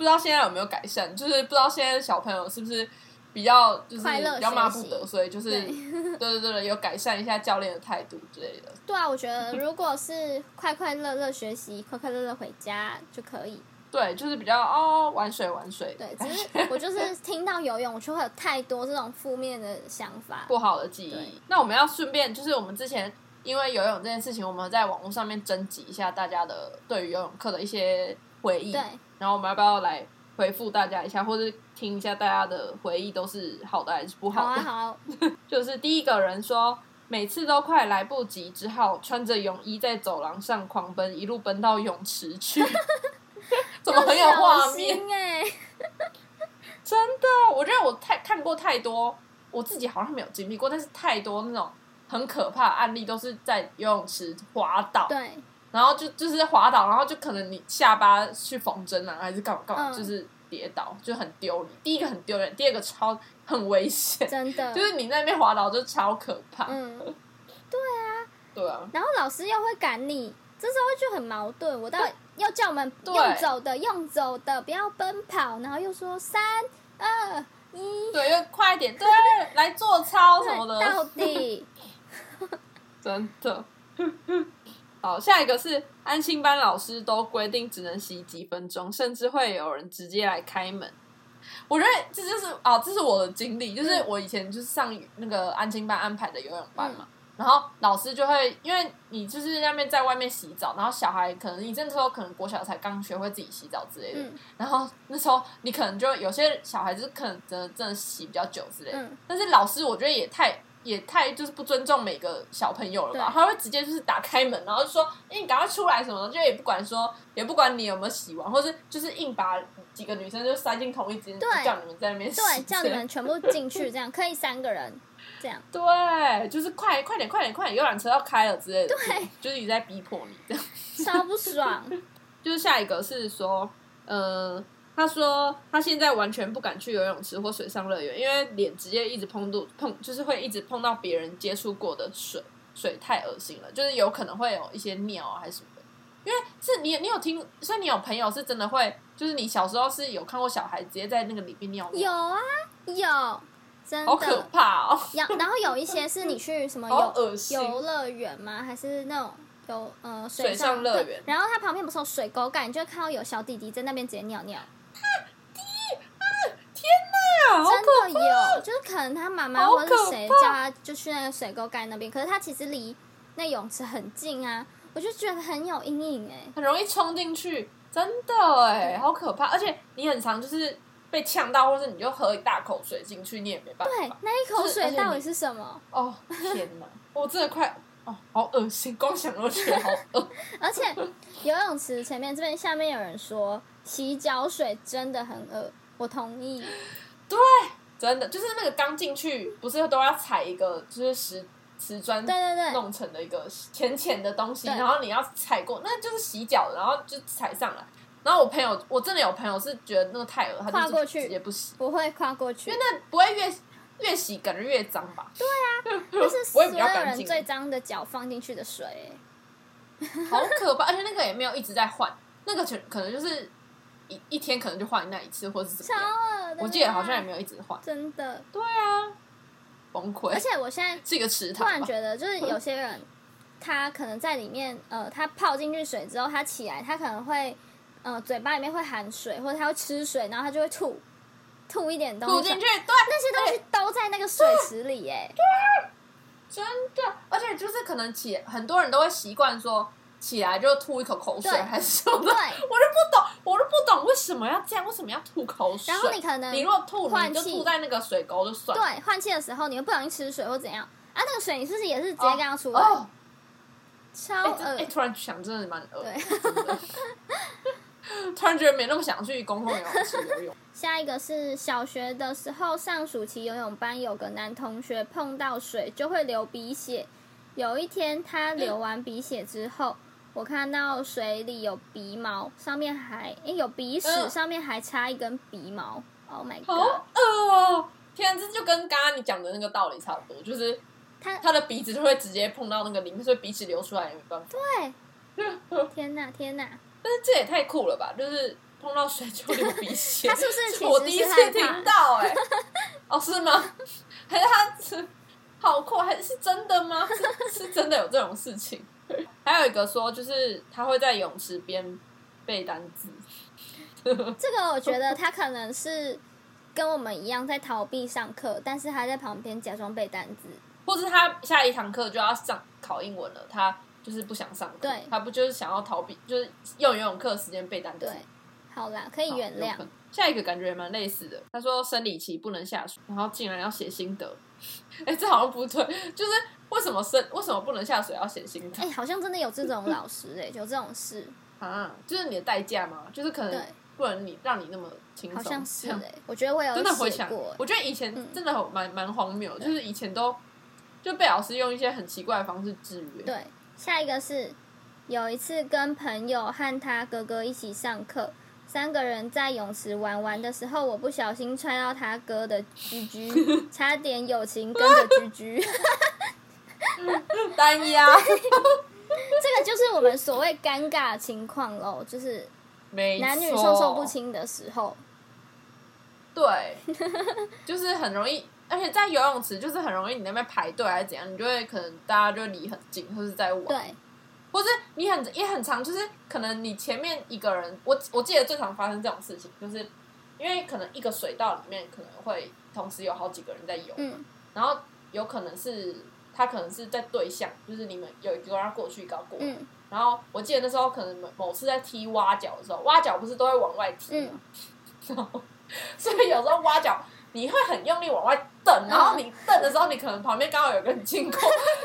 知道现在有没有改善，就是不知道现在小朋友是不是比较就是
快乐
比较骂
学
不
习
得，所以就是
对
对 对对对，有改善一下教练的态度之类的。
对啊，我觉 得如果是快快乐乐学习，快快乐乐回家就可以。
对，就是比较哦玩水玩水，
对，只是我就是听到游泳，我就会有太多这种负面的想法。
不好的记忆
对。
那我们要顺便，就是我们之前因为游泳这件事情，我们在网络上面征集一下大家的对于游泳课的一些回忆，
对，
然后我们要不要来回复大家一下，或者听一下大家的回忆都是好的还是不
好
的？
啊，好 啊，
就是第一个人说。每次都快来不及，只好穿着泳衣在走廊上狂奔，一路奔到泳池 去。怎么很有画面？
哎、
真的，我觉得我太看过太多，我自己好像没有经历过，但是太多那种很可怕的案例都是在游泳池滑倒，
对，
然后就就是滑倒，然后就可能你下巴去缝针啊，还是干嘛干嘛，
嗯
就是跌倒，就很丢脸。第一个很丢脸，第二个超很危险，
真的，
就是你在那边滑倒就超可怕。
嗯。
对啊，
然后老师又会赶你，这时候就很矛盾。我到底要叫我们
嗯对
用走的，用走的，不要奔跑，然后又说三二一，
对，又快一点，对，来做操什么的，
到底
真的。 好，下一个是安心班老师都规定只能洗几分钟，甚至会有人直接来开门。我觉得这就是啊、这是我的经历，就是
嗯
我以前就是上那个安心班安排的游泳班嘛，然后老师就会因为你就是在那边在外面洗澡，然后小孩可能你那时候可能国小才刚学会自己洗澡之类的，
嗯
然后那时候你可能就有些小孩子可能真的真的洗比较久之类的，
嗯
但是老师我觉得也太也太就是不尊重每个小朋友了吧？
对
他会直接就是打开门，然后就说：“哎、你赶快出来什么的，就也不管说，也不管你有没有洗完，或是就是硬把几个女生就塞进同一间，就
对
叫你们在那边洗，
对，叫你们全部进去，这样可以三个人这样。
对，就是快快点快点快点，游览车要开了之类的，对，就是一直在逼迫你这样。”
超不爽，
就是下一个是说，呃，他说他现在完全不敢去游泳池或水上乐园，因为脸直接一直碰到碰，就是会一直碰到别人接触过的水，水太恶心了，就是有可能会有一些尿啊还是什么的。因为是你，你有听，所以你有朋友是真的会，就是你小时候是有看过小孩直接在那个里面尿
有
尿，
啊，有，真
好可
的。
怕哦，
然然后有一些是你去什么
好
游
恶心。
游乐园吗？还是那种有呃
水
水
上乐
对
园
然后它旁边不是有水沟盖，你就会看到有小弟弟在那边直接尿尿。
啊啊好可
真的有，就是可能他妈妈
好
或是
可
谁
怕
叫他就去那个水沟盖那边，可是他其实离那泳池很近啊，我就觉得很有阴影哎、
很容易冲进去，真的哎，
对
好可怕！而且你很常就是被呛到，或是你就喝一大口水进去，你也没办
对
法。，
那一口
就是而
水
且
到
你
底是什么？
哦，天哪！我真的快，哦，好恶心，光想都觉得好恶。
而且游泳池前面这边下面有人说洗脚水真的很恶，我同意。
对，真的就是那个刚进去，不是都要踩一个就是石瓷砖
对对对
弄成的一个浅浅的东西，
对
然后你要踩过，那就是洗脚的，然后就踩上来。然后我朋友，我真的有朋友是觉得那个太恶，他
跨
就
过
直
去
直接不洗，
不会跨过去
因为，那不会越越洗感觉越脏 吧？
就是
不
所
会
有
比较干
人
净
最脏的脚放进去的水、欸
好可怕，而且那个也没有一直在换，那个可可能就是一一天可能就换那一次，或者是怎
超
么样。
恶啊的。
我记得好像也没有一直换，
真的，
对啊，崩溃
而，且我现在
是一个池
突
塘
然
吧？
觉得，就是有些人，他可能在里面，呃，他泡进去水之后，他起来，他可能会，呃，嘴巴里面会含水，或者他会吃水，然后他就会吐，吐一点
吐
东西上，
进去，对，
那些东西都在那个水池里、耶。
真的，而且就是可能起，很多人都会习惯说起来就吐一口口水
对
还是什么的，
对
我就不懂，我就不懂为什么要这样，为什么要吐口水？
然后你可能
你如果吐，
换
你就
气
吐在那个水沟就算了。
对，换气的时候你会不小心吃水或怎样啊？那个水你是不是也是直接
哦
跟它出来？
哦，
超
哎、
恶、
真哎、突然想，真的蛮
呃
恶
对，
真的 突然觉得没那么想去公共游泳池游 泳。
下一个是小学的时候上暑期游泳班，有个男同学碰到水就会流鼻血。有一天他流完鼻血之后，我看到水里有鼻毛，上面还诶有鼻屎，
嗯
上面还插一根鼻毛。Oh my
好
god！
恶哦！天啊，这就跟刚刚你讲的那个道理差不多，就是
他
他的鼻子就会直接碰到那个鳞，所以鼻子流出来也没办法。
对，天哪天哪，
但是这也太酷了吧！就是碰到水就流鼻血，
他是不是其实
这我第一次
是害怕
听到哎、哦，是吗？还是他是好酷？还是真的吗？是是真的有这种事情？还有一个说，就是他会在泳池边背单词。
这个我觉得他可能是跟我们一样在逃避上课，但是他在旁边假装背单词。
或是他下一堂课就要上考英文了，他就是不想上课，
对
他不就是想要逃避，就是用游泳课的时间背单词
对，，好啦，可以
好
原
有
谅
可。能下一个感觉也蛮类似的，他说生理期不能下水，然后竟然要写心得， 哎、这好像不对，就是为什么生为什么不能下水要写心得
哎、好像真的有这种老师哎、有这种 事，
啊？就是你的代价吗？就是可
对
能不能你让你那么轻松，
好像是
这样
哎、我觉得我有
真的回
写
想
过、，
我觉得以前
嗯
真的很蛮蛮荒谬，就是以前都就被老师用一些很奇怪的方式制约，
对，下一个是有一次跟朋友和他哥哥一起上课，三个人在泳池玩玩的时候，我不小心踹到他哥的居 居，差点友情跟着居居。
单压。
这个就是我们所谓尴尬情况喽，就是
没
男女
错
授受不，亲的时候。
对，就是很容易，而且在游泳池就是很容易，你那边排队还是怎样，你就会可能大家就离很近，或是在玩，
对，
或是你很也很常，就是可能你前面一个人，我我记得最常发生这种事情，就是因为可能一个水道里面可能会同时有好几个人在游，
嗯，
然后有可能是他可能是在对向，就是你们有一个人要过去，一个要过来，
嗯
然后我记得那时候可能某某次在踢蛙脚的时候，蛙脚不是都会往外踢
嗯
吗？然后 所以有时候蛙脚你会很用力往外蹬，然后你蹬的时候，你可能旁边刚好有个人经 过，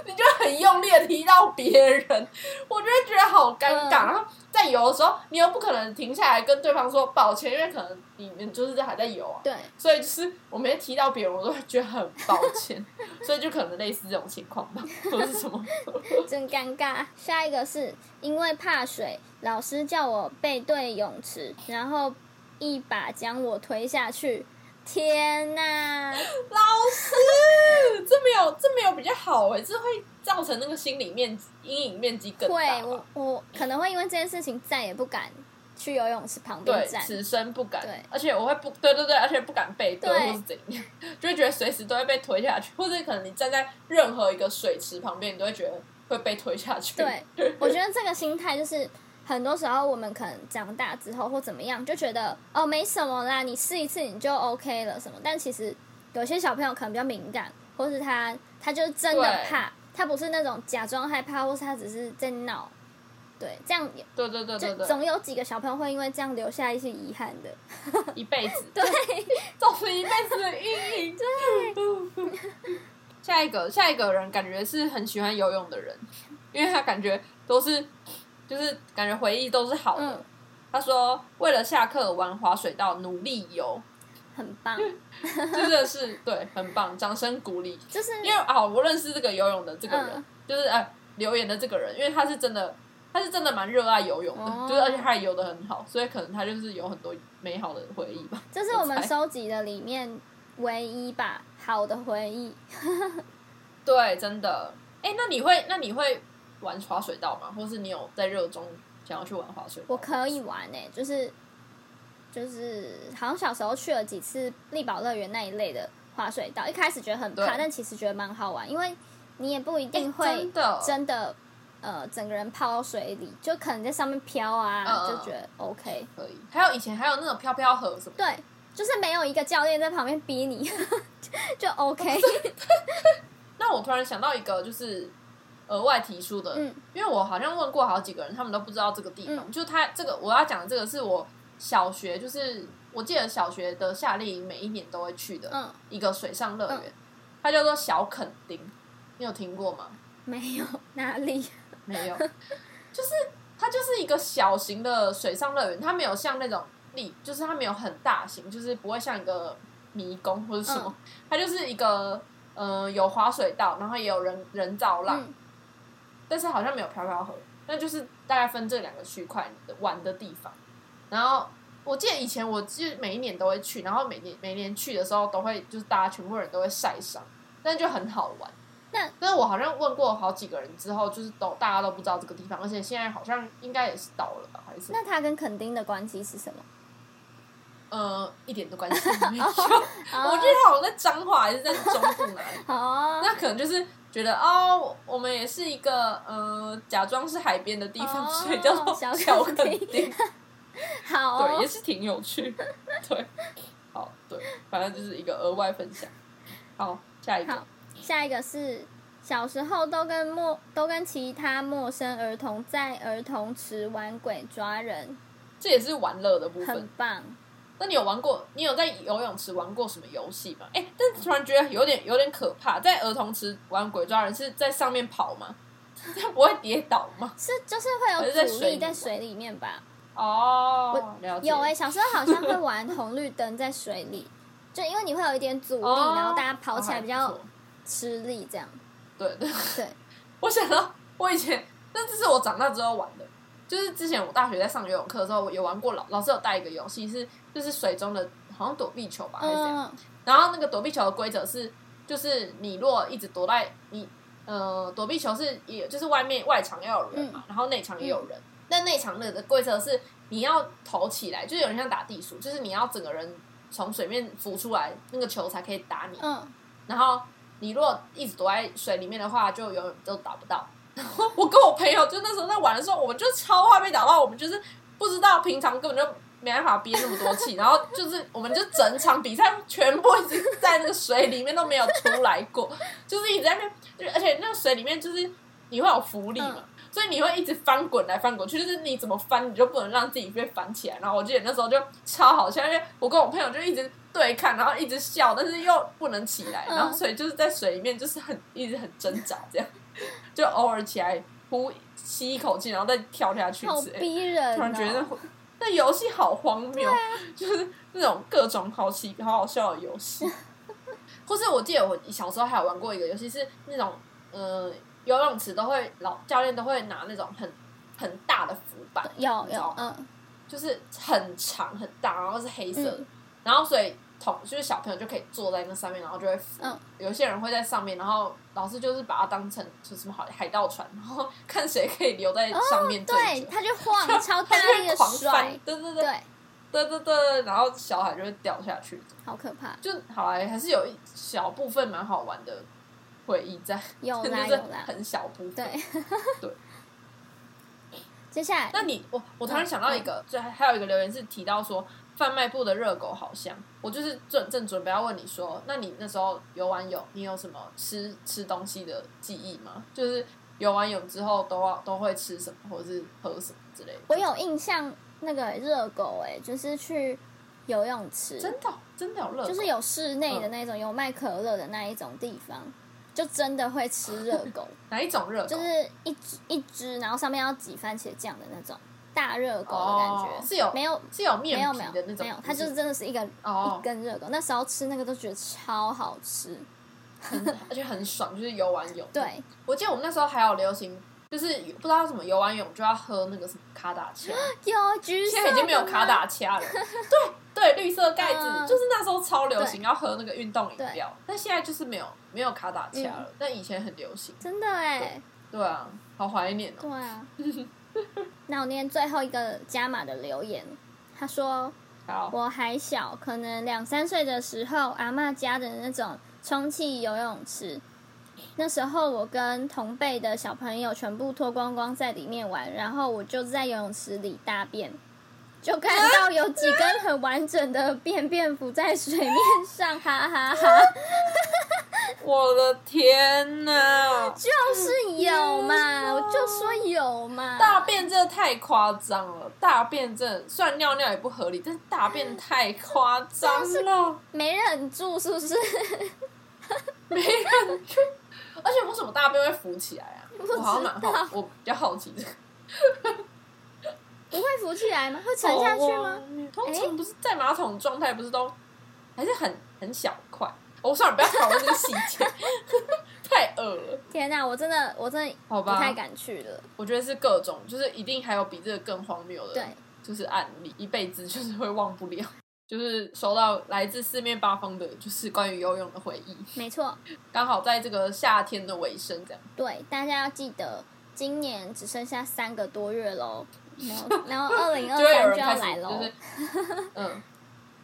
你就很用力的踢到别人，我就会觉得好尴尬。
嗯
然后在游的时候，你又不可能停下来跟对方说抱歉，因为可能你们就是还在游啊。
对，
所以就是我每次提到别人，我都会觉得很抱 歉，所以就可能类似这种情况吧，或是什么？
真尴尬。下一个是因为怕水，老师叫我背对泳池，然后一把将我推下去。天呐，
老师， 这没有这没有比较好哎、这会造成那个心理面积阴影面积更大
会
吧
我。我可能会因为这件事情再也不敢去游泳池旁边
对，
站。
此生不敢
对，
而且我会不，对对对，而且不敢背对
对
或是怎样，就会觉得随时都会被推下去，或者可能你站在任何一个水池旁边，你都会觉得会被推下去。
对，我觉得这个心态就是很多时候我们可能长大之后或怎么样，就觉得哦没什么啦，你试一次你就 OK 了什么。但其实有些小朋友可能比较敏感，或是他他就是真的
对
怕，他不是那种假装害怕，或是他只是在闹。对，这样也
对对对对
就
对，
总有几个小朋友会因为这样留下一些遗憾的。
一辈子，
对，
造成一辈子 的阴影。对。下一个，下一个人感觉是很喜欢游泳的人，因为他感觉都是就是感觉回忆都是好的。
嗯
他说为了下课玩滑水道努力游，
很棒，
嗯这真的是对，很棒，掌声鼓励。
就是
因为啊，我认识这个游泳的这个人，
嗯
就是呃留言的这个人，因为他是真的，他是真的蛮热爱游泳的，
哦
就是而且他也游的很好，所以可能他就是有很多美好的回忆吧。
这是我们
猜
收集的里面唯一吧好的回忆。
对，真的。哎，那你会那你会玩滑水道吗？或是你有在热衷想要去玩滑水道？
我可以玩诶、就是就是，好像小时候去了几次力宝乐园那一类的滑水道，一开始觉得很
对
怕，但其实觉得蛮好玩，因为你也不一定
诶
会
哎真的
真的呃整个人泡到水里，就可能在上面飘啊，
嗯嗯
就觉得 OK。
可以。还有以前还有那种飘飘盒什么的，
对，就是没有一个教练在旁边逼你， 就 OK。
那我突然想到一个，就是额外提出的，
嗯
因为我好像问过好几个人，他们都不知道这个地方。
嗯
就他这个我要讲的这个是我小学，就是我记得小学的夏令营每一年都会去的
嗯，
一个水上乐园，它叫做小垦丁，你有听过吗？
没有哪里，
没有， 就是它就是一个小型的水上乐园，它没有像那种立，就是它没有很大型，就是不会像一个迷宫或者什么，
嗯
它就是一个呃有滑水道，然后也有人人造浪，
嗯
但是好像没有飘飘河，那就是大概分这两个区块玩的地方。然后我记得以前我就是每一年都会去，然后每年每年去的时候都会就是大家全部人都会晒伤，但就很好玩。
那
但是我好像问过好几个人之后，就是都大家都不知道这个地方，而且现在好像应该也是倒了吧，还是
那它跟垦丁的关系是什么？
呃一点都关系都没有。我觉得好像在彰化还是在中部哪里，
哦，
那可能就是觉得哦，我们也是一个呃，假装是海边的地方，
哦
所以叫做
小
小
垦
垦
丁
丁，
好
对，
哦
也，是挺有趣，对，好，对，反正就是一个额外分享。好，下一个
好，下一个是小时候都跟陌都跟其他陌生儿童在儿童池玩鬼抓人，
这也是玩乐的部
很
分。
棒。
那你有玩过？你有在游泳池玩过什么游戏吗？哎、但是突然觉得有点有点可怕，在儿童池玩鬼抓人是在上面跑吗？ 这样不会跌倒吗？
是就是会
还
有
是在
阻
水
力
里
在
吗
水里面吧？
哦，了解。
有哎、小时候好像会玩红绿灯在水里， 就因为你会有一点阻力，
哦
然后大家跑起来比
哦还
较
不错
吃力，这样
对对。
对。
我想到我以前，但这是我长大之后玩的，就是之前我大学在上游泳课的时候，我有玩过老老师有带一个游戏是就是水中的好像躲避球吧啊还是怎样，
嗯，
然后那个躲避球的规则是就是你若一直躲在你呃躲避球是也就是外面外场要有人嘛，然后内场也有人，但内场的规则是你要投起来，就是有点像打地鼠，就是你要整个人从水面浮出来，那个球才可以打你。
嗯，
然后你如果一直躲在水里面的话，就永远都打不到。 然后我跟我朋友就那时候在玩的时候，我们就超怕被打到，我们就是不知道平常根本就没办法憋那么多气，然后就是我们就整场比赛全部一直在那个水里面都没有出来过，就是一直在那边，就是而且那个水里面就是你会有浮力嘛。
嗯
所以你会一直翻滚来翻滚去，就是你怎么翻，你就不能让自己被翻起来。然后我记得那时候就超好笑，因为我跟我朋友就一直对看，然后一直笑，但是又不能起来，
嗯
然后所以就是在水里面就是很一直很挣扎，这样就偶尔哦起来呼吸一口气，然后再跳下去
好
之类的。
逼人、
突
哦
然觉得那那游戏好荒谬，
啊
就是那种各种好奇好好笑的游 戏。或是我记得我小时候还有玩过一个游戏，是那种呃游泳池都会老教练都会拿那种很很大的浮板，
有
你知道
有
吗，
嗯，
就是很长很大，然后是黑色的，
嗯
然后所以同就是小朋友就可以坐在那上面，然后就会浮。
嗯
有些人会在上面，然后老师就是把它当成就是什么海海盗船，然后看谁可以留在上面最
哦对，
久。
他就晃超
他
大
就
力
会
的
狂
甩
翻，，对对对
对，
对对对，然后小孩就会掉下去，
好可怕。
就好来还是有一小部分蛮好玩的回忆在，
有
就
啦
是
有啦
很小部分。
对
对。
接下来，
那你我我
嗯
突然想到一个，就还还有一个留言是提到说贩卖部的热狗好香，我就是正正准备要问你说，那你那时候游完泳，你有什么吃吃东西的记忆吗？就是游完泳之后都要都会吃什么，或者是喝什么之类的？
我有印象那个热狗、哎，就是去游泳池，
真的哦真的有热狗，
就是有室内的那种，有卖可乐的那一种地方，就真的会吃热狗，
哪一 种热狗？
就是一只一只，然后上面要挤番茄酱的那种大热狗的感
哦
觉，，
是有
没有
是有
没有
面皮
没有
的那种，
没有，它就是
不
真的是一个、
哦
一根热狗。那时候吃那个都觉得超好吃，
而且很爽，就是游完泳。，
对，
我记得我们那时候还有流行，就是不知道什么游完泳就要喝那个什么卡 打枪，
有橘色
现在已经没有
的
卡
吗
打掐了。 对对，绿色盖子、
嗯
就是那时候超流行，要喝那个运动饮料。但现在就是没有没有卡打掐
嗯
了，但以前很流行。
真的哎、
对啊，好怀念哦。
对啊。那我念最后一个加码的留言，他说
好，
我还小，可能两三岁的时候，阿嬷家的那种充气游泳池，那时候我跟同辈的小朋友全部脱光光在里面玩，然后我就在游泳池里大便，就看到有几根很完整的便便浮在水面上，哈哈哈
我的天哪！
就是有嘛，我就说有嘛，
大便真的太夸张了，大便真的虽然尿尿也不合理，但是大 便太夸张了，
没忍住是不是？
没人去。而且为什么大便会浮起来啊？我好像蛮
不知道
好，我比较好奇这个。
不会浮起来吗？会沉下去吗？
哦？通常不是在马桶状态，不是都还是很很小块？我、算了，不要讨论这个细节， 太恶了。
天哪、我真的我真的
好
不
吧
太敢去了。
我觉得是各种，就是一定还有比这个更荒谬的，
对，
就是案例，一辈子就是会忘不了。 就是收到来自四面八方的，就是关于游泳的回忆，
没错，
刚好在这个夏天的尾声，这样
对，大家要记得，今年只剩下三个多月喽，然后然后二零二
就会
三
有
就
人
要
开
来
始就
喽。
是， 嗯，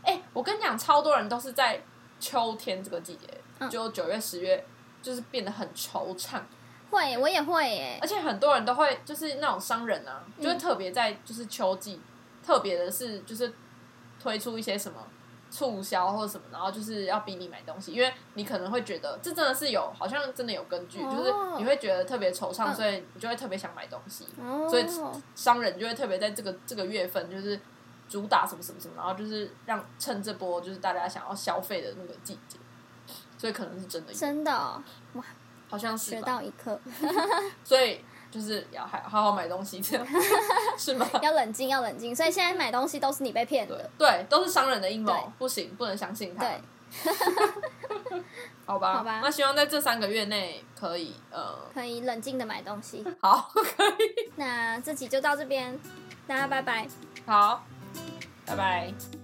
哎、我跟你讲，超多人都是在秋天这个季节，
嗯哎
就九月、十月，就是变得很惆怅，
会，我也会耶
而。且很多人都会就是那种商人啊，就
嗯
会特别在就是秋季，特别的是就是推出一些什么促销或者什么，然后就是要逼你买东西，因为你可能会觉得这真的是有，好像真的有根据，
哦
就是你会觉得特别惆怅，
嗯
所以你就会特别想买东西，
哦，
所以商人就会特别在这个这个月份就是。主打什么什么什么，然后就是让趁这波就是大家想要消费的那个季节，所以可能是真的有，
真的哦、哇，
好像是
学
吧？
到一课，
所以就是要还好好买东西， 这样是吗？
要冷静，要冷静。所以现在买东西都是你被骗
对
的，
对，都是商人的阴
对
谋，不行，不能相信他
对。，
好吧，
好吧
那希望在这三个月内可以，呃，
可以冷静的买东西。
好， 可以，
那这集就到这边，大家拜拜。
好，拜拜。